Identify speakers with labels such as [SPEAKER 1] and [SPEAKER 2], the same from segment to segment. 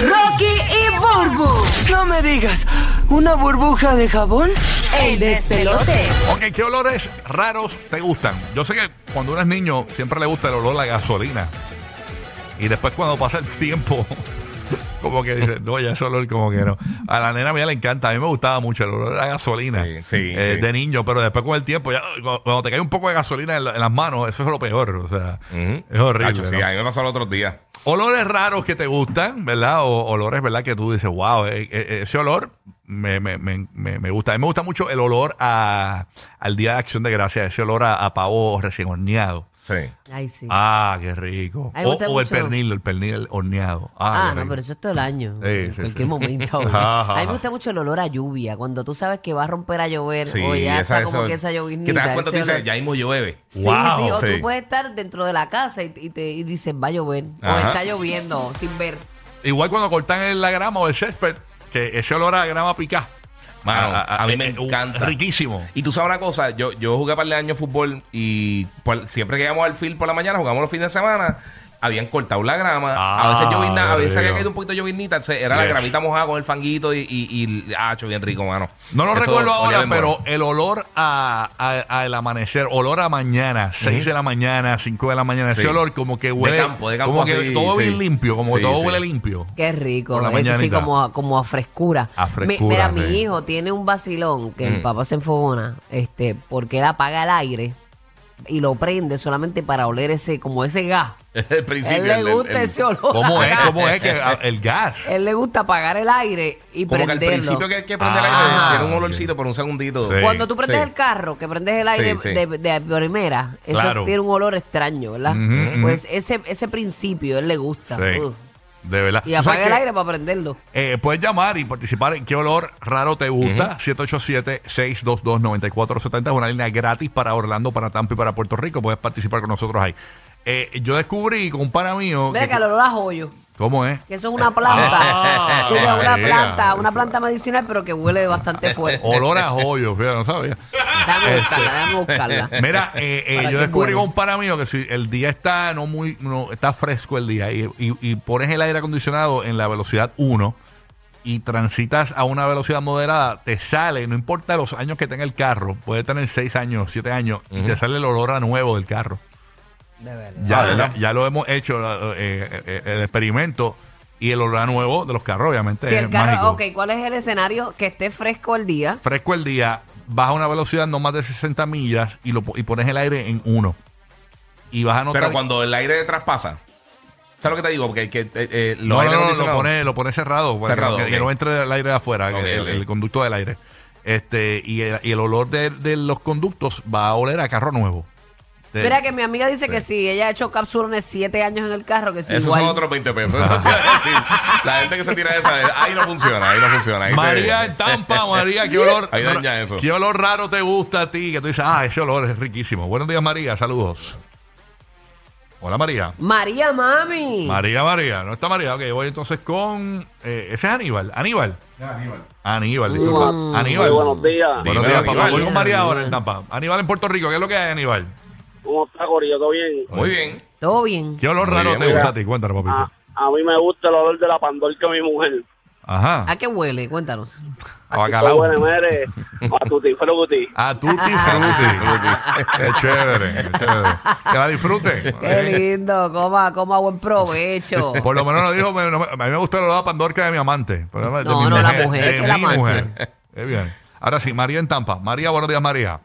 [SPEAKER 1] Rocky y Burbu,
[SPEAKER 2] No me digas, ¿una burbuja de jabón?
[SPEAKER 1] el despelote.
[SPEAKER 3] Ok, ¿qué olores raros te gustan? Yo sé que cuando uno es niño siempre le gusta el olor a la gasolina. Y después cuando pasa el tiempo, como que dice, no, ya ese olor como que no. A la nena mía le encanta, a mí me gustaba mucho el olor a la gasolina
[SPEAKER 4] Sí, sí,
[SPEAKER 3] eh,
[SPEAKER 4] sí.
[SPEAKER 3] de niño, pero después con el tiempo, ya, cuando cuando te cae un poco de gasolina en, la- en las manos, eso es lo peor, o sea,
[SPEAKER 4] Ujú.
[SPEAKER 3] es horrible.
[SPEAKER 4] Tacho, sí,
[SPEAKER 3] ¿no?
[SPEAKER 4] a mí me pasó los otros días.
[SPEAKER 3] Olores raros que te gustan, ¿verdad? O olores, ¿verdad? Que tú dices, wow, eh, eh, ese olor me, me, me, me- me gusta. A mí me gusta mucho el olor a, al Día de Acción de Gracias, ese olor a, a pavo recién horneado.
[SPEAKER 4] Sí.
[SPEAKER 5] Ay, sí. Ah,
[SPEAKER 3] Ah, qué rico.
[SPEAKER 5] A mí me
[SPEAKER 3] O,
[SPEAKER 5] gusta
[SPEAKER 3] o el
[SPEAKER 5] mucho.
[SPEAKER 3] pernil, el pernil horneado. Ah, qué
[SPEAKER 5] no,
[SPEAKER 3] rico.
[SPEAKER 5] pero eso es todo el año.
[SPEAKER 3] Sí,
[SPEAKER 5] en
[SPEAKER 3] sí,
[SPEAKER 5] cualquier
[SPEAKER 3] sí.
[SPEAKER 5] momento.
[SPEAKER 3] Ajá, ajá,
[SPEAKER 5] a mí
[SPEAKER 3] ajá.
[SPEAKER 5] me gusta mucho el olor a lluvia. Cuando tú sabes que va a romper a llover
[SPEAKER 4] Sí,
[SPEAKER 5] o ya está como
[SPEAKER 4] eso-
[SPEAKER 5] que esa
[SPEAKER 4] Que
[SPEAKER 5] llovinita.
[SPEAKER 4] te das cuenta,
[SPEAKER 5] ese
[SPEAKER 4] tú dices,
[SPEAKER 5] olor.
[SPEAKER 4] ya mismo llueve.
[SPEAKER 5] Sí,
[SPEAKER 3] Wow,
[SPEAKER 5] sí, o
[SPEAKER 4] sí.
[SPEAKER 5] tú puedes estar dentro de la casa y, y te, y dices, va a llover. O
[SPEAKER 4] Ajá.
[SPEAKER 5] está lloviendo sin ver.
[SPEAKER 3] Igual cuando cortan el- la grama o el césped, que ese olor a grama picada.
[SPEAKER 4] Mano,
[SPEAKER 3] Ah, ah,
[SPEAKER 4] a mí
[SPEAKER 3] eh,
[SPEAKER 4] me
[SPEAKER 3] eh, uh,
[SPEAKER 4] encanta.
[SPEAKER 3] Riquísimo.
[SPEAKER 4] Y tú sabes una cosa, yo, yo jugué par de años fútbol y por- siempre que íbamos al field por la mañana, jugamos los fines de semana, habían cortado la grama,
[SPEAKER 3] Ah,
[SPEAKER 4] a veces llovizna, a veces
[SPEAKER 3] Dios.
[SPEAKER 4] había caído un poquito de lloviznita, entonces era la
[SPEAKER 3] Yes.
[SPEAKER 4] gramita mojada con el fanguito y, y, y hacho, bien rico, mano.
[SPEAKER 3] No lo
[SPEAKER 4] Eso
[SPEAKER 3] recuerdo
[SPEAKER 4] olía
[SPEAKER 3] ahora,
[SPEAKER 4] bien
[SPEAKER 3] pero
[SPEAKER 4] bueno.
[SPEAKER 3] el olor a, a- a el amanecer, olor a mañana, 6 de la mañana, 5 de la mañana,
[SPEAKER 4] Sí.
[SPEAKER 3] ese olor como que
[SPEAKER 4] De
[SPEAKER 3] huele.
[SPEAKER 4] campo, de campo
[SPEAKER 3] Como que
[SPEAKER 4] así,
[SPEAKER 3] todo
[SPEAKER 4] sí.
[SPEAKER 3] bien limpio, como que
[SPEAKER 4] Sí,
[SPEAKER 3] todo
[SPEAKER 4] sí.
[SPEAKER 3] huele limpio.
[SPEAKER 5] Qué rico.
[SPEAKER 3] Por la
[SPEAKER 5] eh, que sí,
[SPEAKER 3] mañanita.
[SPEAKER 5] como a, como a frescura.
[SPEAKER 3] A frescura,
[SPEAKER 5] Mi- mira, mi
[SPEAKER 3] sí.
[SPEAKER 5] hijo tiene un vacilón que el papá se enfogona este, porque él apaga el aire y lo prende solamente para oler ese, como ese gas.
[SPEAKER 4] el principio.
[SPEAKER 5] él le
[SPEAKER 4] el- el-
[SPEAKER 5] gusta
[SPEAKER 4] el-
[SPEAKER 5] ese olor.
[SPEAKER 3] ¿Cómo
[SPEAKER 5] a
[SPEAKER 3] es?
[SPEAKER 5] gas.
[SPEAKER 3] ¿Cómo es que a- el gas?
[SPEAKER 5] Él le gusta apagar el aire y
[SPEAKER 4] Como que al
[SPEAKER 5] prenderlo.
[SPEAKER 4] principio que, que prende el aire
[SPEAKER 5] Ajá.
[SPEAKER 4] tiene un olorcito por un segundito.
[SPEAKER 3] Sí.
[SPEAKER 5] Cuando tú prendes
[SPEAKER 4] Sí.
[SPEAKER 5] el carro, que prendes el aire
[SPEAKER 4] Sí, sí.
[SPEAKER 5] De, de primera, eso
[SPEAKER 3] Claro.
[SPEAKER 5] tiene un olor extraño, ¿verdad?
[SPEAKER 3] Ujú,
[SPEAKER 5] Pues ese, ese principio a él le gusta.
[SPEAKER 3] Sí,
[SPEAKER 5] Uf.
[SPEAKER 3] De verdad.
[SPEAKER 5] Y
[SPEAKER 3] ¿Tú sabes
[SPEAKER 5] apaga el
[SPEAKER 3] qué?
[SPEAKER 5] aire para prenderlo.
[SPEAKER 3] Eh, puedes llamar y participar en qué olor raro te gusta. 787-622-9470 es una línea gratis para Orlando, para Tampa y para Puerto Rico. Puedes participar con nosotros ahí. Eh, yo descubrí con un pana mío.
[SPEAKER 5] Mira
[SPEAKER 3] que-
[SPEAKER 5] que el olor a joyo,
[SPEAKER 3] ¿Cómo es?
[SPEAKER 5] que eso es una planta.
[SPEAKER 3] Ah,
[SPEAKER 5] sí, es una
[SPEAKER 3] mira,
[SPEAKER 5] planta, una
[SPEAKER 3] eso.
[SPEAKER 5] planta medicinal, pero que huele bastante fuerte.
[SPEAKER 3] Olor a joyo, fíjate, no sabía. Este.
[SPEAKER 5] Dame buscarla, dame buscarla.
[SPEAKER 3] Mira, eh, eh,
[SPEAKER 5] Para
[SPEAKER 3] yo
[SPEAKER 5] que
[SPEAKER 3] descubrí
[SPEAKER 5] vuele.
[SPEAKER 3] con un pana mío que si el día está no muy, no, está fresco el día y, y- y pones el aire acondicionado en la velocidad 1 y transitas a una velocidad moderada, te sale, no importa los años que tenga el carro, puede tener 6 años, 7 años, y te sale el olor a nuevo del carro. Ya, ya, ya lo hemos hecho, la- eh, eh, eh, el experimento y el olor a nuevo de los carros, obviamente.
[SPEAKER 5] Si
[SPEAKER 3] es
[SPEAKER 5] el carro,
[SPEAKER 3] mágico.
[SPEAKER 5] ok, ¿cuál es el escenario? Que esté fresco el día.
[SPEAKER 3] fresco el día, baja una velocidad no más de 60 millas y, lo, po- y pones el aire en uno. Y vas a notar.
[SPEAKER 4] Pero cuando el aire traspasa, ¿sabes lo que te digo? Porque que, eh, eh, los
[SPEAKER 3] No,
[SPEAKER 4] aire
[SPEAKER 3] no, no, lo
[SPEAKER 4] acondicionados-
[SPEAKER 3] pones lo pone cerrado, para
[SPEAKER 4] Cerrado,
[SPEAKER 3] que, no- que
[SPEAKER 4] ok.
[SPEAKER 3] no entre el aire de afuera, que
[SPEAKER 4] Ok,
[SPEAKER 3] el,
[SPEAKER 4] ok.
[SPEAKER 3] el conducto del aire. Este, y, el, y el olor de, de los conductos va a oler a carro nuevo. De-
[SPEAKER 5] Mira que mi amiga dice que si ella ha hecho capsulones siete años en el carro, que si
[SPEAKER 4] Esos
[SPEAKER 5] igual...
[SPEAKER 4] son otros 20 pesos. eso te iba a decir. La gente que se tira esa, eh, ahí no funciona, ahí no funciona. ahí te-
[SPEAKER 3] María en Tampa, María, qué olor.
[SPEAKER 4] Ahí daña eso.
[SPEAKER 3] Qué olor raro te gusta a ti, que tú dices, ah, ese olor es riquísimo. Buenos días, María, saludos. Hola, María.
[SPEAKER 5] María, mami.
[SPEAKER 3] María, María, no está María. Ok, voy entonces con. eh, ese es Aníbal. Aníbal. Aníbal.
[SPEAKER 5] Mm.
[SPEAKER 3] Aníbal, disculpa. Aníbal.
[SPEAKER 6] Muy buenos días.
[SPEAKER 3] Buenos
[SPEAKER 4] Dímelo,
[SPEAKER 3] días, papá.
[SPEAKER 4] Aníbal.
[SPEAKER 3] Voy con María ahora en Tampa. Aníbal en Puerto Rico, ¿qué es lo que hay, Aníbal?
[SPEAKER 6] ¿Cómo está, Corillo? ¿Todo bien?
[SPEAKER 4] Muy bien.
[SPEAKER 5] Todo bien.
[SPEAKER 3] ¿Qué olor
[SPEAKER 4] Muy
[SPEAKER 3] raro
[SPEAKER 4] bien,
[SPEAKER 3] te
[SPEAKER 4] muy
[SPEAKER 3] gusta a
[SPEAKER 4] bien.
[SPEAKER 3] ti? Cuéntanos, papito.
[SPEAKER 6] A,
[SPEAKER 5] Ah.
[SPEAKER 6] a mí me gusta el olor de la pandorca de mi mujer.
[SPEAKER 3] Ajá.
[SPEAKER 5] ¿A qué huele? Cuéntanos.
[SPEAKER 3] A
[SPEAKER 6] Todo bueno,
[SPEAKER 3] bacalao.
[SPEAKER 6] madre. A tu tío, pero Guti.
[SPEAKER 3] A tutti
[SPEAKER 5] Ah,
[SPEAKER 3] frutti. Qué chévere, qué chévere. Que la disfrute.
[SPEAKER 5] Qué lindo, coma, coma buen provecho.
[SPEAKER 3] Por lo menos lo dijo, me- no me- a mí me gusta el olor a pandorca de mi amante. Pero de
[SPEAKER 5] No,
[SPEAKER 3] mi
[SPEAKER 5] no, la mujer,
[SPEAKER 3] de
[SPEAKER 5] que la
[SPEAKER 3] mi
[SPEAKER 5] amante.
[SPEAKER 3] mujer. Qué bien. Ahora sí, María en Tampa. María, buenos días, María.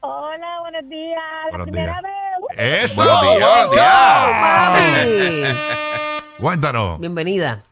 [SPEAKER 7] Hola, buenos días.
[SPEAKER 3] Buenos
[SPEAKER 7] la primera
[SPEAKER 3] días.
[SPEAKER 7] vez.
[SPEAKER 3] Eso.
[SPEAKER 4] Buenos días, buenos días.
[SPEAKER 5] Mami.
[SPEAKER 3] Cuéntanos.
[SPEAKER 5] Bienvenida.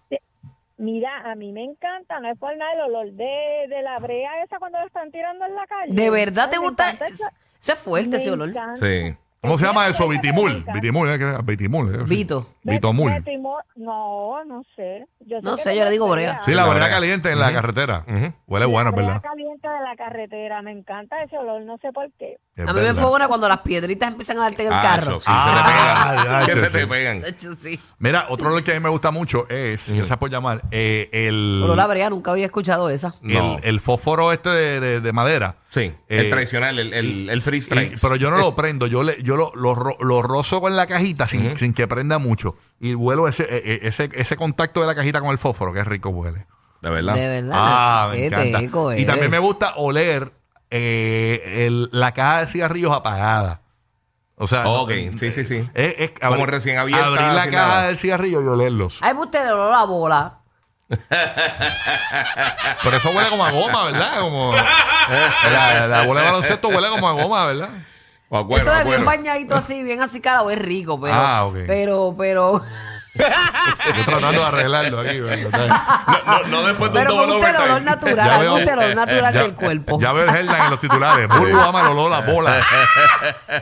[SPEAKER 7] Mira, a mí me encanta, no es por nada el olor de, de la brea esa cuando lo están tirando en la calle.
[SPEAKER 5] ¿De verdad
[SPEAKER 7] Ay,
[SPEAKER 5] te
[SPEAKER 7] me
[SPEAKER 5] gusta?
[SPEAKER 7] encanta ese-
[SPEAKER 5] Eso es fuerte
[SPEAKER 7] me
[SPEAKER 5] ese olor.
[SPEAKER 7] encanta.
[SPEAKER 4] Sí.
[SPEAKER 3] ¿Cómo se llama eso? Vitimul.
[SPEAKER 7] Dominicana.
[SPEAKER 3] Vitimul, ¿eh? ¿Qué era? Vitimul. ¿eh?
[SPEAKER 5] Vito.
[SPEAKER 3] Vitomul.
[SPEAKER 7] Betimol- No, no sé. Yo
[SPEAKER 5] No
[SPEAKER 7] que
[SPEAKER 5] sé, yo le digo
[SPEAKER 7] conocería.
[SPEAKER 5] brea.
[SPEAKER 3] Sí, la
[SPEAKER 4] La
[SPEAKER 3] brea
[SPEAKER 4] brea.
[SPEAKER 3] caliente en la
[SPEAKER 4] Ujú.
[SPEAKER 3] carretera.
[SPEAKER 4] Ujú.
[SPEAKER 3] Huele bueno, es
[SPEAKER 7] brea
[SPEAKER 3] verdad.
[SPEAKER 7] caliente de la carretera. Me encanta ese olor, no sé por qué.
[SPEAKER 3] Es
[SPEAKER 5] A mí me
[SPEAKER 3] verdad.
[SPEAKER 5] fogona cuando las piedritas empiezan a darte en el
[SPEAKER 4] Ah,
[SPEAKER 5] carro.
[SPEAKER 4] eso sí,
[SPEAKER 3] Ah, ya,
[SPEAKER 4] se te pegan. que
[SPEAKER 3] eso
[SPEAKER 4] se
[SPEAKER 3] sí.
[SPEAKER 4] te pegan.
[SPEAKER 5] De hecho, sí.
[SPEAKER 3] Mira, otro olor que a mí me gusta mucho es,
[SPEAKER 4] Ujú.
[SPEAKER 3] gracias por llamar, eh, el,
[SPEAKER 5] Olor a brea, nunca había escuchado esa.
[SPEAKER 3] el,
[SPEAKER 4] No.
[SPEAKER 3] el fósforo este de, de- de madera.
[SPEAKER 4] Sí,
[SPEAKER 3] Eh,
[SPEAKER 4] el tradicional, el, el, el free
[SPEAKER 3] Y-
[SPEAKER 4] strike.
[SPEAKER 3] pero yo no lo prendo, yo le, yo lo, lo, ro- lo rozo con la cajita sin,
[SPEAKER 4] Ujú.
[SPEAKER 3] sin que prenda mucho. Y huelo ese, eh, eh, ese, ese contacto de la cajita con el fósforo, que rico huele.
[SPEAKER 4] De verdad.
[SPEAKER 5] De verdad.
[SPEAKER 3] Ah, me
[SPEAKER 5] Qué teco
[SPEAKER 3] encanta. Y
[SPEAKER 5] eres.
[SPEAKER 3] también me gusta oler eh, el- la caja de cigarrillos apagada. O sea,
[SPEAKER 4] Ok,
[SPEAKER 3] no- eh,
[SPEAKER 4] sí, sí, sí.
[SPEAKER 3] es- es
[SPEAKER 4] Como
[SPEAKER 3] abrir-
[SPEAKER 4] recién abierta,
[SPEAKER 3] Abrir la
[SPEAKER 4] sin
[SPEAKER 3] caja
[SPEAKER 4] nada.
[SPEAKER 3] del cigarrillo y olerlos.
[SPEAKER 5] Ay, usted le olor a bola.
[SPEAKER 3] Pero eso huele como a goma, ¿verdad? Como, eh, la, la bola de baloncesto huele como a goma, ¿verdad?
[SPEAKER 4] O acuerdo,
[SPEAKER 5] eso es bien
[SPEAKER 4] acuerdo.
[SPEAKER 5] bañadito así, bien así calado, es rico, pero.
[SPEAKER 3] Ah, ok.
[SPEAKER 5] Pero, pero.
[SPEAKER 3] Estoy tratando de arreglarlo aquí. ¿verdad?
[SPEAKER 4] No, no, no
[SPEAKER 3] Pues
[SPEAKER 4] después de un
[SPEAKER 5] Pero me
[SPEAKER 4] double
[SPEAKER 5] gusta el
[SPEAKER 4] overtime.
[SPEAKER 5] olor natural,
[SPEAKER 3] Ya
[SPEAKER 5] a mí
[SPEAKER 3] veo-
[SPEAKER 5] me gusta el olor natural
[SPEAKER 3] Ya-
[SPEAKER 5] del cuerpo.
[SPEAKER 3] Ya veo el Hernan en los titulares. Burbu ama el olor a la bola.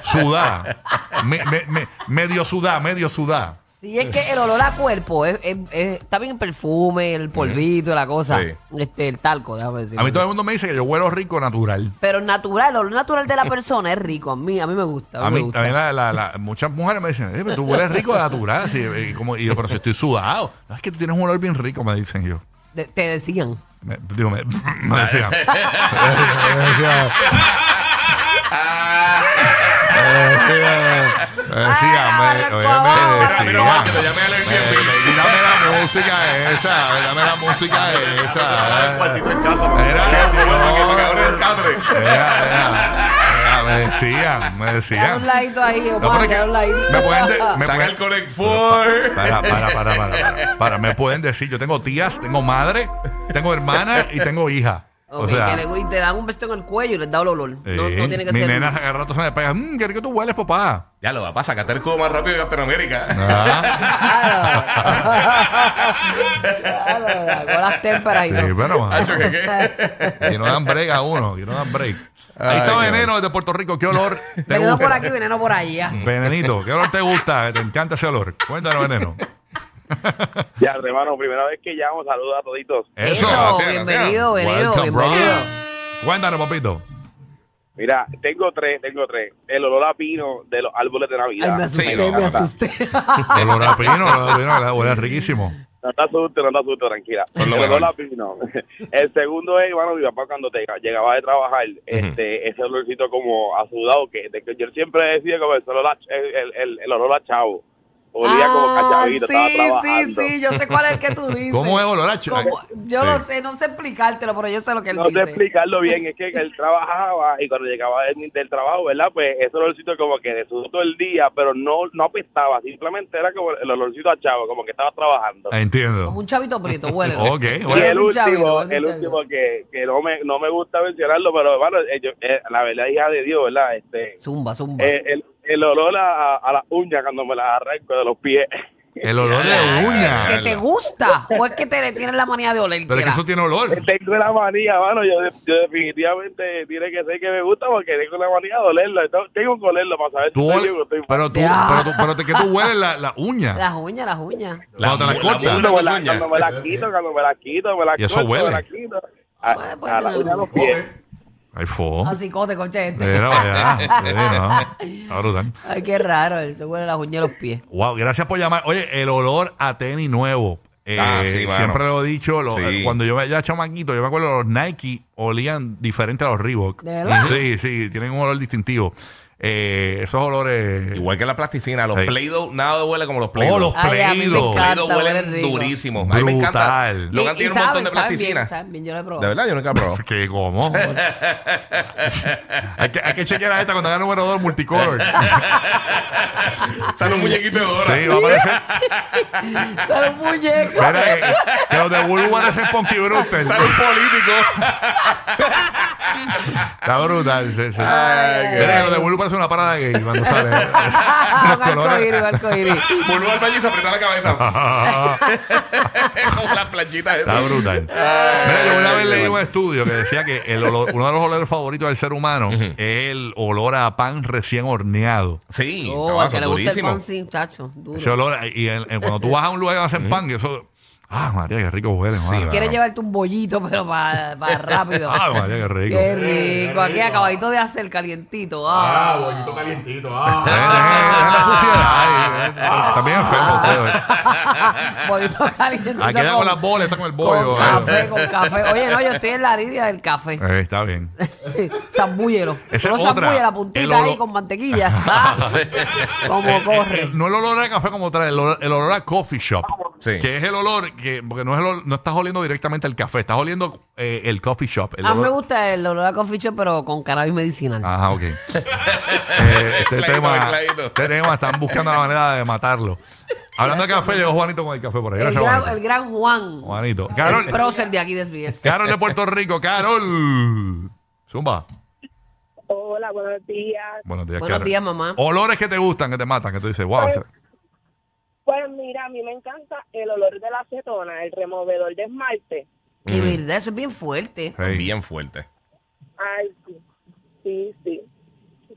[SPEAKER 3] Sudá. Me- me- me- medio sudá, medio sudá.
[SPEAKER 5] Sí, es que el olor a cuerpo es, es- es- está bien el perfume, el polvito, la cosa.
[SPEAKER 4] Sí.
[SPEAKER 5] Este, el talco, déjame decir.
[SPEAKER 3] A mí todo el mundo me dice que yo huelo rico natural.
[SPEAKER 5] Pero natural, el olor natural de la persona es rico. A mí, a mí me gusta.
[SPEAKER 3] A
[SPEAKER 5] me
[SPEAKER 3] mí,
[SPEAKER 5] gusta.
[SPEAKER 3] a mí la- la- la- muchas mujeres me dicen, "Eh, pero tú hueles rico natural. así, eh, como, y yo, pero si estoy sudado. "No, es que tú tienes un olor bien rico, me dicen yo.
[SPEAKER 5] De- te decían.
[SPEAKER 3] Me, digo, me, me decían. Me decían, me decían, me- oye, me
[SPEAKER 4] Mira, mira,
[SPEAKER 3] decían.
[SPEAKER 4] que te llamé al Airbnb.
[SPEAKER 3] Eh, Dame la música esa, dame la música esa.
[SPEAKER 4] Cuartito en casa, porque
[SPEAKER 3] Era-
[SPEAKER 4] se activó para que- para que
[SPEAKER 3] no.
[SPEAKER 4] abra el catre.
[SPEAKER 3] Era, era, era, me decían, me
[SPEAKER 5] Dale un
[SPEAKER 3] decían.
[SPEAKER 5] ladito ahí,
[SPEAKER 3] No,
[SPEAKER 5] Omar,
[SPEAKER 3] pero es
[SPEAKER 5] dale un
[SPEAKER 3] que
[SPEAKER 5] ladito.
[SPEAKER 3] me pueden de- me
[SPEAKER 4] Saca
[SPEAKER 3] pueden-
[SPEAKER 4] el Connect Four.
[SPEAKER 3] para, para, para, para, para, para. Me pueden decir, yo tengo tías, tengo madre, tengo hermana y tengo hija.
[SPEAKER 5] Ok,
[SPEAKER 3] o sea,
[SPEAKER 5] que le, y te dan un beso en el cuello y les da el olor. no,
[SPEAKER 3] eh,
[SPEAKER 5] no tiene que
[SPEAKER 3] mi
[SPEAKER 5] ser.
[SPEAKER 3] nena a rato se me pega, mmm, qué rico tú hueles, papá.
[SPEAKER 4] Ya lo va, pasa, sacar el cubo más rápido que Capitán
[SPEAKER 3] Ah,
[SPEAKER 5] Claro, con las témperas y
[SPEAKER 3] sí, pues, pero,
[SPEAKER 5] todo.
[SPEAKER 4] Ah, yo
[SPEAKER 3] mano,
[SPEAKER 4] que qué.
[SPEAKER 3] que no dan break a uno, que no dan break. Ahí
[SPEAKER 4] Ay,
[SPEAKER 3] está
[SPEAKER 4] qué
[SPEAKER 3] Veneno de Puerto Rico, qué olor te
[SPEAKER 5] Veneno por
[SPEAKER 3] gusta.
[SPEAKER 5] aquí, veneno por allá.
[SPEAKER 3] Venenito, ¿qué olor te gusta? Te encanta ese olor. Cuéntanos, Veneno.
[SPEAKER 6] Ya, hermano, primera vez que llamo, saludos a toditos.
[SPEAKER 5] Eso,
[SPEAKER 4] gracias,
[SPEAKER 5] bienvenido, veneno,
[SPEAKER 3] Welcome, bro.
[SPEAKER 5] bienvenido.
[SPEAKER 3] Cuéntanos, papito.
[SPEAKER 6] Mira, tengo tres, tengo tres. El olor a pino de los árboles de Navidad.
[SPEAKER 5] Ay, me asusté,
[SPEAKER 4] Sí, no,
[SPEAKER 5] me
[SPEAKER 4] no, no.
[SPEAKER 5] asusté.
[SPEAKER 3] Olor a pino, olor a pino, huele riquísimo.
[SPEAKER 6] No te asustes, no te asustes, tranquila.
[SPEAKER 4] Son lo
[SPEAKER 6] El
[SPEAKER 4] mejor.
[SPEAKER 6] olor a pino. El segundo es, bueno, mi papá cuando te- llegaba de trabajar, este, ese olorcito como a sudado, que, de que yo siempre decía como el olor a, ch- el, el- el- el olor a chavo. Olía como
[SPEAKER 5] Ah,
[SPEAKER 6] cachavito, estaba
[SPEAKER 5] sí,
[SPEAKER 6] trabajando.
[SPEAKER 5] sí, sí, yo sé cuál es el que tú dices.
[SPEAKER 3] ¿Cómo es olor a ch-
[SPEAKER 5] Como- Yo
[SPEAKER 3] Sí.
[SPEAKER 5] lo sé, no sé explicártelo, pero yo sé lo que él
[SPEAKER 6] No sé
[SPEAKER 5] dice.
[SPEAKER 6] explicarlo bien, es que él trabajaba y cuando llegaba del, del trabajo, ¿verdad? Pues ese olorcito como que de sudor todo el día, pero no, no apestaba, simplemente era como el olorcito a chavo, como que estaba trabajando.
[SPEAKER 5] Como
[SPEAKER 3] Ah, Entiendo.
[SPEAKER 5] un chavito prieto, huele.
[SPEAKER 3] Ok,
[SPEAKER 6] Y
[SPEAKER 3] bueno.
[SPEAKER 6] el
[SPEAKER 5] Bueno, Chavito,
[SPEAKER 6] último,
[SPEAKER 5] bueno,
[SPEAKER 6] el
[SPEAKER 5] Chavito.
[SPEAKER 6] último que, que no, me, no me gusta mencionarlo, pero bueno, eh, yo- eh, la verdad, hija de Dios, ¿verdad? Este,
[SPEAKER 5] Zumba, zumba.
[SPEAKER 6] eh, el, el olor a, a las uñas cuando me las arranco de los pies.
[SPEAKER 3] El olor de
[SPEAKER 5] ¿Que
[SPEAKER 3] uña.
[SPEAKER 5] te gusta? ¿O es que te le tienes la manía de oler?
[SPEAKER 3] Pero es que eso tiene
[SPEAKER 4] Este,
[SPEAKER 3] olor.
[SPEAKER 6] Tengo la manía, mano, yo, yo definitivamente tiene que ser que me gusta porque tengo la manía de olerlo. Entonces, tengo que olerlo para saber
[SPEAKER 3] Tú
[SPEAKER 6] si
[SPEAKER 3] ol-
[SPEAKER 6] estoy bien o estoy mal.
[SPEAKER 3] pero tú,
[SPEAKER 5] Ya.
[SPEAKER 3] pero tú, pero te- que tú hueles la, la uña.
[SPEAKER 5] Las uñas, las uñas.
[SPEAKER 3] Cuando te
[SPEAKER 4] mu-
[SPEAKER 3] las cortas.
[SPEAKER 4] mugre
[SPEAKER 6] cuando, me
[SPEAKER 4] con
[SPEAKER 6] la,
[SPEAKER 4] sueña.
[SPEAKER 6] cuando me la quito, cuando me la quito, me la
[SPEAKER 3] Y eso
[SPEAKER 6] corto,
[SPEAKER 3] huele.
[SPEAKER 6] me la quito.
[SPEAKER 5] Ah,
[SPEAKER 6] A,
[SPEAKER 5] pues,
[SPEAKER 6] a la
[SPEAKER 5] tiene
[SPEAKER 6] uña de los
[SPEAKER 5] luz.
[SPEAKER 6] pies.
[SPEAKER 3] Ay, fo.
[SPEAKER 5] Así cote, coche este.
[SPEAKER 3] Era, vaya. Sí, no. Está brutal.
[SPEAKER 5] Ay, qué raro, él se huele las uñas de los pies.
[SPEAKER 3] Wow, gracias por llamar. Oye, el olor a tenis nuevo. Eh,
[SPEAKER 4] Ah, sí, mano.
[SPEAKER 3] siempre lo he dicho, lo-
[SPEAKER 4] Sí.
[SPEAKER 3] eh, cuando yo me ya chamaquito, yo me acuerdo los Nike olían diferente a los Reebok.
[SPEAKER 5] ¿De verdad?
[SPEAKER 3] Sí, sí, tienen un olor distintivo. Eh, esos olores.
[SPEAKER 4] Igual que la plasticina, los
[SPEAKER 3] Sí.
[SPEAKER 4] Play-Doh, nada huele como los
[SPEAKER 3] Oh,
[SPEAKER 4] Play-Doh.
[SPEAKER 3] los
[SPEAKER 5] Ay, a mí me
[SPEAKER 3] Play-Doh.
[SPEAKER 5] encanta.
[SPEAKER 4] Play-Doh
[SPEAKER 5] huelen
[SPEAKER 4] huelen
[SPEAKER 5] rico.
[SPEAKER 4] durísimo. A mí me encanta.
[SPEAKER 3] Brutal.
[SPEAKER 4] Logan tiene un montón de plasticina.
[SPEAKER 5] Saben bien, saben bien, yo lo he
[SPEAKER 4] De
[SPEAKER 5] probado.
[SPEAKER 4] verdad, yo nunca he probado.
[SPEAKER 3] ¿Qué? ¿Cómo? hay, que, hay que chequear a esta cuando haga número 2 multicolor. sí,
[SPEAKER 4] Sale un muñequito de
[SPEAKER 3] va
[SPEAKER 4] Dora.
[SPEAKER 3] a aparecer. eh,
[SPEAKER 5] Son muñecos.
[SPEAKER 3] Espera, que, que los de Bulbu van a ser Punky Brewster.
[SPEAKER 4] Sale un político.
[SPEAKER 3] Está brutal. Sí, sí.
[SPEAKER 4] Ay, qué
[SPEAKER 3] Mira, lo de Bulbo parece una parada gay cuando sale.
[SPEAKER 5] Ah, un
[SPEAKER 3] Los colores.
[SPEAKER 5] arcoíris, un arcoíris.
[SPEAKER 4] Volvió al baño y se apretó la cabeza. Con las planchitas
[SPEAKER 3] Está
[SPEAKER 4] esas.
[SPEAKER 3] brutal. Mira, yo una vez leí un estudio que decía que el olor- uno de los olores favoritos del ser humano es el olor a pan recién horneado.
[SPEAKER 4] Sí,
[SPEAKER 5] Oh,
[SPEAKER 4] tabaco,
[SPEAKER 5] a que le gusta el
[SPEAKER 4] durísimo.
[SPEAKER 5] pan, sí, chacho, duro.
[SPEAKER 3] Ese olor, y en- en- cuando tú vas a un lugar a hacer pan, que eso. Ah, María, qué rico huele.
[SPEAKER 4] Sí,
[SPEAKER 3] madre.
[SPEAKER 5] Quieres llevarte un bollito, pero para rápido.
[SPEAKER 3] Ah, Eh, María, qué rico.
[SPEAKER 5] Qué rico. Aquí acabadito de hacer calientito. Ah,
[SPEAKER 8] bollito calientito.
[SPEAKER 3] Eh,
[SPEAKER 8] Ah.
[SPEAKER 3] dejen- dejen la suciedad. Ay, eh, también enfermo ustedes.
[SPEAKER 5] bollito calientito.
[SPEAKER 3] Ah. Aquí está Ah, con las bolas, está con el bollo.
[SPEAKER 5] Con café, con café. Oye, no, yo estoy en la línea del café.
[SPEAKER 3] Eh, está bien.
[SPEAKER 5] Zambúllelo.
[SPEAKER 3] Esa
[SPEAKER 5] Uno
[SPEAKER 3] es otra.
[SPEAKER 5] zambulle la
[SPEAKER 3] El
[SPEAKER 5] puntita
[SPEAKER 3] olor-
[SPEAKER 5] ahí con mantequilla. Ah, Como corre.
[SPEAKER 3] Eh, No el olor a café como trae, el olor, el olor a coffee shop.
[SPEAKER 4] Sí.
[SPEAKER 3] Que es el olor, que, porque no, es el olor- no estás oliendo directamente el café, estás oliendo eh, el coffee shop. el
[SPEAKER 5] A mí me
[SPEAKER 3] olor- Ah,
[SPEAKER 5] gusta el olor a coffee shop, pero con cannabis medicinal.
[SPEAKER 3] Ajá, ok. Eh, este,
[SPEAKER 4] Mezcladito,
[SPEAKER 3] tema,
[SPEAKER 4] mezcladito.
[SPEAKER 3] este tema, están buscando la manera de matarlo. Hablando de café, llegó Juanito con el café por ahí.
[SPEAKER 5] el,
[SPEAKER 3] Gracias,
[SPEAKER 5] gran,
[SPEAKER 3] Juanito.
[SPEAKER 5] el gran Juan.
[SPEAKER 3] Juanito.
[SPEAKER 5] El
[SPEAKER 3] Carol,
[SPEAKER 5] prócer de aquí de SBS.
[SPEAKER 3] Carol de Puerto Rico, Carol. Zumba.
[SPEAKER 7] Hola, buenos días.
[SPEAKER 3] Buenos días,
[SPEAKER 5] Buenos
[SPEAKER 3] Carol. Oh,
[SPEAKER 5] días, mamá.
[SPEAKER 3] Olores que te gustan, que te matan, que tú dices, wow. ese-
[SPEAKER 7] Pues mira, a mí me encanta el olor de la acetona, el removedor de esmalte.
[SPEAKER 3] mm.
[SPEAKER 5] De verdad, eso es bien fuerte.
[SPEAKER 3] sí.
[SPEAKER 4] Bien fuerte.
[SPEAKER 7] Ay, sí, sí, sí.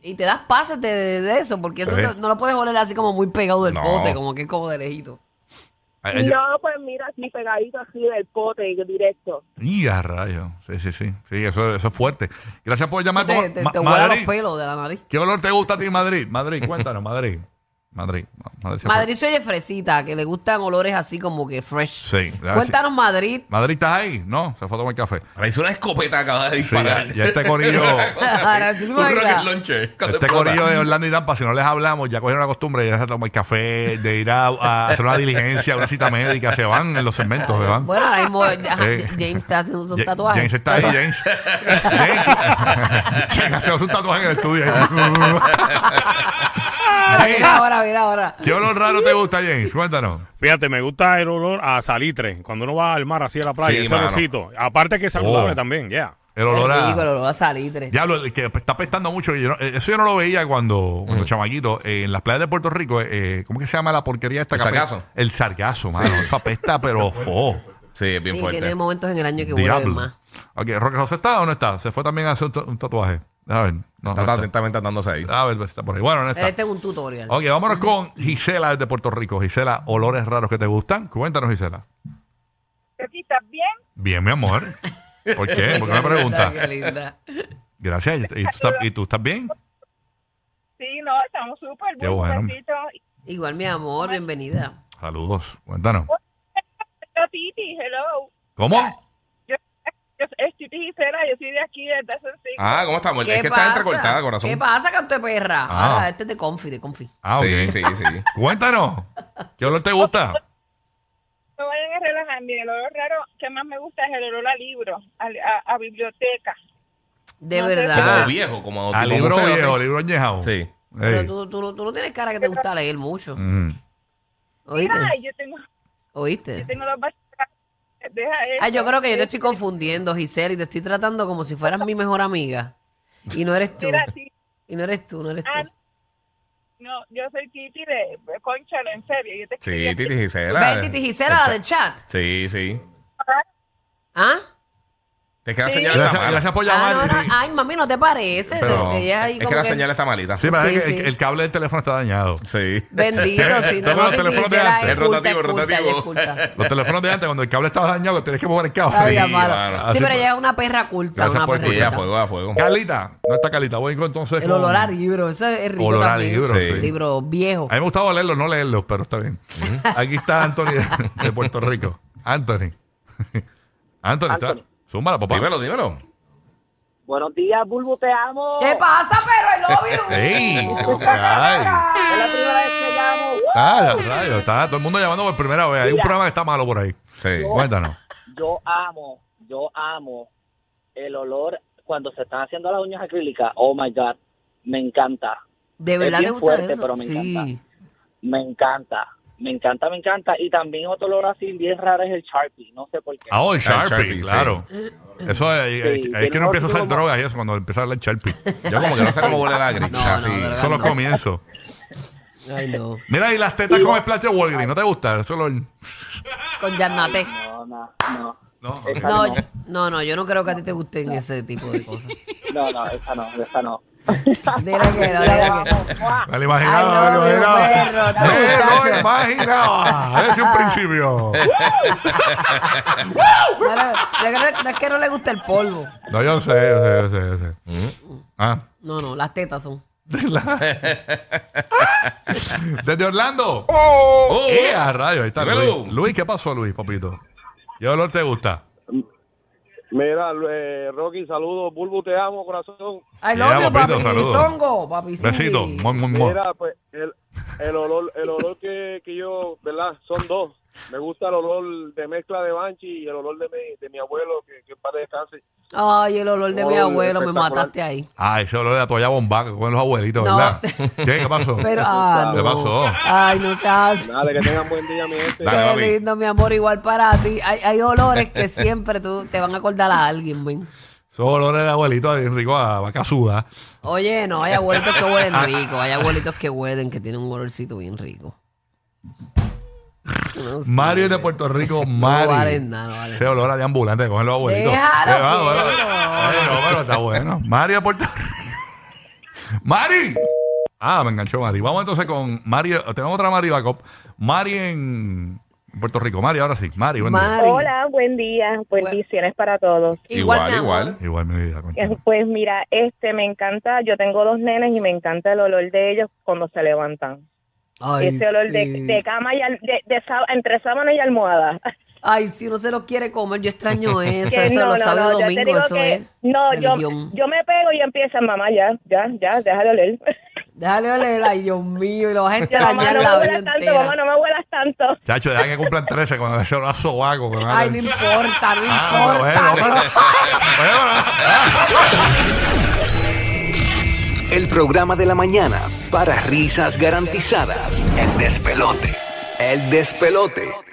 [SPEAKER 5] Y te das pases de, de eso, porque eso
[SPEAKER 3] Sí.
[SPEAKER 5] no, no lo puedes oler así como muy pegado del
[SPEAKER 4] No.
[SPEAKER 5] pote, como que es como de lejito.
[SPEAKER 3] Ay, ay, yo-
[SPEAKER 7] No, pues mira, así pegadito así del pote directo.
[SPEAKER 3] Y a rayo. Sí, sí, sí. Sí, eso, eso es fuerte. Gracias por
[SPEAKER 5] Eso
[SPEAKER 3] llamar.
[SPEAKER 5] te
[SPEAKER 3] ¿Cómo?
[SPEAKER 5] te,
[SPEAKER 3] Ma-
[SPEAKER 5] te huele a los
[SPEAKER 3] Madrid,
[SPEAKER 5] pelos de la nariz.
[SPEAKER 3] ¿Qué olor te gusta a ti, Madrid? Madrid, cuéntanos, Madrid. Madrid. Ma- Madrid. se fue.
[SPEAKER 5] Madrid se oye fresita, que le gustan olores así como que fresh.
[SPEAKER 3] Sí, gracias.
[SPEAKER 5] Cuéntanos, Madrid.
[SPEAKER 3] Madrid, ¿estás ahí? No, se fue a tomar café.
[SPEAKER 4] Ahora hizo una escopeta acaba de
[SPEAKER 3] Sí, ya,
[SPEAKER 4] disparar.
[SPEAKER 3] ya este corillo.
[SPEAKER 5] Ahora, ¿tú te
[SPEAKER 4] Un
[SPEAKER 5] imaginas?
[SPEAKER 4] rocket launcher. cuando
[SPEAKER 3] Este
[SPEAKER 4] explota.
[SPEAKER 3] corillo de Orlando y Tampa, si no les hablamos, ya cogieron la costumbre de irse a tomar café, de ir a, a hacer una diligencia, una cita médica, se van en los segmentos, se van.
[SPEAKER 5] Bueno, ahora mismo ya-
[SPEAKER 3] Sí.
[SPEAKER 5] James está haciendo sus
[SPEAKER 3] Eh. Ja-
[SPEAKER 5] tatuajes.
[SPEAKER 3] James está ahí, James. James. James hace un tatuaje en el estudio.
[SPEAKER 5] Mira ahora, mira ahora.
[SPEAKER 3] ¿Qué olor raro te gusta, James? Cuéntanos.
[SPEAKER 8] Fíjate, me gusta el olor a salitre. Cuando uno va al mar así a la playa,
[SPEAKER 4] Sí,
[SPEAKER 8] ese
[SPEAKER 4] mano.
[SPEAKER 8] olorcito. Aparte que es saludable
[SPEAKER 3] Oh.
[SPEAKER 8] también, ya.
[SPEAKER 3] El olor
[SPEAKER 5] Qué rico, el
[SPEAKER 3] a...
[SPEAKER 5] olor a salitre.
[SPEAKER 3] Ya, lo- el que está pestando mucho. y yo no- eh, eso yo no lo veía cuando,
[SPEAKER 4] Mm.
[SPEAKER 3] cuando chamaquito. eh, en las playas de Puerto Rico, eh, ¿cómo que se llama la porquería esta?
[SPEAKER 4] El
[SPEAKER 3] que apesta?
[SPEAKER 4] sargazo.
[SPEAKER 3] El sargazo, mano. Eso apesta, pero... jo,
[SPEAKER 4] Sí, es bien
[SPEAKER 5] sí,
[SPEAKER 4] fuerte.
[SPEAKER 5] tiene momentos en el año que vuelven
[SPEAKER 3] diablo.
[SPEAKER 5] más.
[SPEAKER 3] Ok, ¿Roque José está o no está? Se fue también a hacer un, ta- un tatuaje. A ver. No, no
[SPEAKER 4] Está
[SPEAKER 3] está.
[SPEAKER 4] atentamente andándose ahí.
[SPEAKER 3] A ver, pues, está por ahí. Bueno, no está.
[SPEAKER 5] Este es un tutorial.
[SPEAKER 3] Ok, vámonos con Gisela desde Puerto Rico. Gisela, olores raros que te gustan. Cuéntanos, Gisela.
[SPEAKER 7] ¿Aquí estás bien?
[SPEAKER 3] Bien, mi amor. ¿Por qué? ¿Por qué me preguntas?
[SPEAKER 5] Qué linda.
[SPEAKER 3] Gracias. ¿Y tú, estás, y tú estás bien?
[SPEAKER 7] Sí, no, estamos súper
[SPEAKER 3] Qué bueno.
[SPEAKER 5] Igual, mi amor, bienvenida.
[SPEAKER 3] Saludos. Cuéntanos.
[SPEAKER 7] Hello, Titi, hello.
[SPEAKER 3] ¿Cómo?
[SPEAKER 7] Yo, yo- es Titi Gisela, yo soy de aquí, de Dawson City.
[SPEAKER 4] Ah, ¿cómo estamos?
[SPEAKER 5] ¿Qué
[SPEAKER 4] Es que
[SPEAKER 5] pasa?
[SPEAKER 4] está entrecortada, corazón.
[SPEAKER 5] ¿Qué pasa, canto de perra?
[SPEAKER 3] Ah.
[SPEAKER 5] Ahora, este es de confi, de confi.
[SPEAKER 3] Ah, ok.
[SPEAKER 4] Sí, sí, sí.
[SPEAKER 3] Cuéntanos. ¿Qué olor te gusta?
[SPEAKER 7] No vayan a relajar, mire, el olor raro que más me gusta es el olor a libro, a, a- a biblioteca.
[SPEAKER 5] De
[SPEAKER 7] No sé.
[SPEAKER 4] Como
[SPEAKER 5] verdad.
[SPEAKER 4] viejo, como
[SPEAKER 3] Al
[SPEAKER 4] tipo
[SPEAKER 3] libro
[SPEAKER 4] museo,
[SPEAKER 3] viejo,
[SPEAKER 4] sí.
[SPEAKER 3] libro añejado.
[SPEAKER 4] Sí.
[SPEAKER 5] Pero
[SPEAKER 3] Ey.
[SPEAKER 5] tú, tú, no- tú no tienes cara que te gusta leer mucho.
[SPEAKER 3] Mm.
[SPEAKER 5] ¿Oíste?
[SPEAKER 7] Ay, yo tengo, yo
[SPEAKER 5] ¿Oíste?
[SPEAKER 7] tengo dos bachilleras. Deja eso.
[SPEAKER 5] Ah, yo creo que yo te estoy confundiendo, Giselle, y te estoy tratando como si fueras mi mejor amiga. Y no eres tú.
[SPEAKER 7] Mira, sí,
[SPEAKER 5] Y no eres tú, no eres
[SPEAKER 7] ah,
[SPEAKER 5] tú.
[SPEAKER 7] no, yo soy Titi de, de Concha, en serio. Yo te
[SPEAKER 4] Sí,
[SPEAKER 7] escribí
[SPEAKER 4] Titi
[SPEAKER 5] Ve,
[SPEAKER 4] Gisela.
[SPEAKER 5] Titi Gisela, la del chat.
[SPEAKER 4] Sí, sí.
[SPEAKER 5] ¿Ah?
[SPEAKER 4] Es que la
[SPEAKER 7] Sí.
[SPEAKER 4] señal está
[SPEAKER 3] Gracias,
[SPEAKER 4] mala.
[SPEAKER 3] gracias por
[SPEAKER 5] Ah,
[SPEAKER 3] llamar.
[SPEAKER 5] no, no.
[SPEAKER 3] Titi.
[SPEAKER 5] Ay, mami, no te parece.
[SPEAKER 4] Pero
[SPEAKER 5] Porque ella ahí
[SPEAKER 4] es
[SPEAKER 5] como
[SPEAKER 4] que la
[SPEAKER 5] que-
[SPEAKER 4] señal está malita.
[SPEAKER 3] Sí, parece que
[SPEAKER 5] Sí,
[SPEAKER 3] El,
[SPEAKER 5] sí.
[SPEAKER 3] el cable del teléfono está dañado.
[SPEAKER 4] Sí.
[SPEAKER 5] Bendito, sí. No,
[SPEAKER 3] Toma
[SPEAKER 5] no,
[SPEAKER 3] los
[SPEAKER 5] Titi
[SPEAKER 3] teléfonos de antes.
[SPEAKER 5] Gisela es culta,
[SPEAKER 4] Es
[SPEAKER 5] es
[SPEAKER 4] rotativo,
[SPEAKER 5] culta, ella es
[SPEAKER 4] rotativo.
[SPEAKER 5] culta.
[SPEAKER 3] Los teléfonos de antes, cuando el cable estaba dañado, tienes que mover el cable.
[SPEAKER 5] Ay,
[SPEAKER 4] Sí,
[SPEAKER 5] amado.
[SPEAKER 4] mano.
[SPEAKER 5] Sí,
[SPEAKER 3] Así
[SPEAKER 5] pero
[SPEAKER 3] pues.
[SPEAKER 5] ella es una perra culta,
[SPEAKER 3] Gracias
[SPEAKER 5] una
[SPEAKER 3] por
[SPEAKER 5] perra
[SPEAKER 4] Sí, a
[SPEAKER 5] culta.
[SPEAKER 4] fuego, a fuego.
[SPEAKER 3] Calita, no está Calita. Voy entonces
[SPEAKER 5] El
[SPEAKER 3] con-
[SPEAKER 5] olor a libro, eso es rico
[SPEAKER 3] Olor a
[SPEAKER 5] también.
[SPEAKER 3] libro,
[SPEAKER 4] Sí.
[SPEAKER 3] sí.
[SPEAKER 5] Libro viejo.
[SPEAKER 3] A mí me gustaba leerlos, no leerlos, pero está bien. Aquí está Anthony de- de Puerto Rico. Anthony. Anthony, está.
[SPEAKER 9] Anthony.
[SPEAKER 3] Zúmbala, papá.
[SPEAKER 4] Dímelo, dímelo.
[SPEAKER 9] Buenos días, Bulbo, te amo.
[SPEAKER 5] ¿Qué pasa, pero el obvio?
[SPEAKER 3] ¡Ey! ¡Ay!
[SPEAKER 9] Es la primera vez que llamo.
[SPEAKER 3] ¡Ah, rayos! Está todo el mundo llamando por primera vez. Hay un
[SPEAKER 9] Mira.
[SPEAKER 3] programa que está malo por ahí.
[SPEAKER 4] Sí.
[SPEAKER 3] Cuéntanos.
[SPEAKER 9] Yo amo, yo amo el olor cuando se están haciendo las uñas acrílicas. Oh my God, me encanta,
[SPEAKER 5] ¿De verdad te
[SPEAKER 9] bien
[SPEAKER 5] gusta
[SPEAKER 9] fuerte,
[SPEAKER 5] eso?
[SPEAKER 9] pero me
[SPEAKER 5] sí.
[SPEAKER 9] encanta. me encanta, Me encanta, me encanta. Y también otro olor así bien raro es el Sharpie. No sé por qué.
[SPEAKER 3] Ah, oh, el
[SPEAKER 4] Ah, el
[SPEAKER 3] Sharpie,
[SPEAKER 4] Sharpie,
[SPEAKER 3] claro. Eso es, es- es
[SPEAKER 9] tiene
[SPEAKER 3] que
[SPEAKER 9] un
[SPEAKER 3] no empiezo a
[SPEAKER 9] óxido
[SPEAKER 3] usar drogas y eso cuando empiezo a hablar Sharpie.
[SPEAKER 4] Yo como que no sé cómo huele la gris.
[SPEAKER 5] No, no,
[SPEAKER 4] así.
[SPEAKER 5] de verdad.
[SPEAKER 3] Eso lo comienzo.
[SPEAKER 5] Ay, no.
[SPEAKER 3] Mira, y las tetas con el plato de Walgreens, ¿no te gusta? Eso lo...
[SPEAKER 5] Con Yarnate.
[SPEAKER 9] No, no, no.
[SPEAKER 3] No, ok.
[SPEAKER 9] Esa
[SPEAKER 5] No,
[SPEAKER 9] no.
[SPEAKER 5] yo- no, no, yo no creo que a ti te gusten ese tipo de cosas.
[SPEAKER 9] No, no, esa no, esa no.
[SPEAKER 5] Mira que no, mira que.
[SPEAKER 3] Me lo imaginaba,
[SPEAKER 5] Ay,
[SPEAKER 3] me
[SPEAKER 5] no,
[SPEAKER 3] lo imaginaba.
[SPEAKER 5] mi perro, tú,
[SPEAKER 3] Me lo
[SPEAKER 5] muchacho.
[SPEAKER 3] imaginaba. Desde un principio.
[SPEAKER 5] No, no, yo creo- no es que no le gusta el polvo.
[SPEAKER 3] No, yo sé, yo sé, yo sé. Yo sé. Ah.
[SPEAKER 5] No, no, las tetas son.
[SPEAKER 3] Desde Orlando.
[SPEAKER 4] Oh,
[SPEAKER 3] ¡Eh, a rayos! Ahí está
[SPEAKER 4] Dímelo.
[SPEAKER 3] Luis. Luis, ¿qué pasó, Luis, papito? ¿Qué olor te gusta?
[SPEAKER 6] Mira, eh, Rocky, saludos. Bulbu, te amo, corazón.
[SPEAKER 5] Ay,
[SPEAKER 3] Ya,
[SPEAKER 5] no, mi
[SPEAKER 3] papito,
[SPEAKER 5] papi,
[SPEAKER 3] saludos.
[SPEAKER 5] songo, papi. sí.
[SPEAKER 3] Besito. Mua, mua, mua.
[SPEAKER 6] Mira, pues el, el olor, el olor que, que yo, ¿verdad? Son dos. Me gusta el olor de mezcla de Banshee y el olor de mi, de mi abuelo, que, que para descanse.
[SPEAKER 5] Ay, el olor de mi
[SPEAKER 6] Olor
[SPEAKER 5] abuelo, me
[SPEAKER 6] espectacular.
[SPEAKER 5] mataste ahí.
[SPEAKER 3] Ah, ese olor de la toalla bombá que comen los abuelitos,
[SPEAKER 5] No.
[SPEAKER 3] ¿verdad? ¿Qué? ¿Qué pasó?
[SPEAKER 5] Pero, ah, no.
[SPEAKER 3] ¿Qué pasó?
[SPEAKER 5] Ay, no seas.
[SPEAKER 6] Dale, que tengan buen día, mi gente.
[SPEAKER 4] Dale, papi.
[SPEAKER 5] Qué lindo, mi amor, igual para ti. Hay, hay olores que siempre tú te van a acordar a alguien, ven.
[SPEAKER 3] Esos olores de abuelito de rico a vaca suda.
[SPEAKER 5] Oye, no, hay abuelitos que huelen rico, hay abuelitos que huelen, que tienen un olorcito bien rico. No sé,
[SPEAKER 3] Mario es de
[SPEAKER 5] ven.
[SPEAKER 3] Puerto Rico,
[SPEAKER 5] No
[SPEAKER 3] Mario.
[SPEAKER 5] valen nada, no valen
[SPEAKER 3] Ese olor a de ambulante que cogen los abuelitos.
[SPEAKER 5] Déjalo,
[SPEAKER 3] Eh, va,
[SPEAKER 5] quiero.
[SPEAKER 3] bueno. Bueno, pero está bueno. Mario de Puerto Rico. ¡Mari! Ah, me enganchó Mari. Vamos entonces con Mari. Tenemos otra Mari Bacop. Mari en Puerto Rico. Mari, ahora sí. Mari, buen día.
[SPEAKER 5] Mari.
[SPEAKER 7] Hola, buen día. Bendiciones para todos.
[SPEAKER 4] Igual,
[SPEAKER 5] mi amor.
[SPEAKER 4] igual.
[SPEAKER 3] Igual mi vida. concha.
[SPEAKER 7] Eh, Pues mira, este me encanta. Yo tengo dos nenes y me encanta el olor de ellos cuando se levantan.
[SPEAKER 5] Ay,
[SPEAKER 7] Ese olor
[SPEAKER 5] sí.
[SPEAKER 7] de, de cama y al- de, de sá- entre sábana y almohada.
[SPEAKER 5] Ay, si no se los quiere comer, yo extraño eso.
[SPEAKER 7] Que
[SPEAKER 5] eso
[SPEAKER 7] no,
[SPEAKER 5] los
[SPEAKER 7] no,
[SPEAKER 5] sábados
[SPEAKER 7] no, yo te
[SPEAKER 5] domingos,
[SPEAKER 7] digo
[SPEAKER 5] eso
[SPEAKER 7] que-
[SPEAKER 5] es.
[SPEAKER 7] No, yo,
[SPEAKER 5] religión.
[SPEAKER 7] yo me pego y empiezan, mamá, ya, ya, ya, déjalo oler.
[SPEAKER 5] Déjale oler, ay, Dios mío, y lo vas a
[SPEAKER 7] Ya, mamá,
[SPEAKER 5] extrañar
[SPEAKER 7] no me
[SPEAKER 5] la vida
[SPEAKER 7] huelas tanto,
[SPEAKER 5] entera.
[SPEAKER 7] mamá, no me huelas tanto.
[SPEAKER 3] Chacho, deja que cumplan 13 cuando ese olor a sobaco. que me va a
[SPEAKER 5] Ay, no
[SPEAKER 3] dar-
[SPEAKER 5] importa, no
[SPEAKER 3] Ah, bueno,
[SPEAKER 5] importa.
[SPEAKER 3] bueno.
[SPEAKER 2] El programa de la mañana para risas garantizadas. El despelote. El despelote.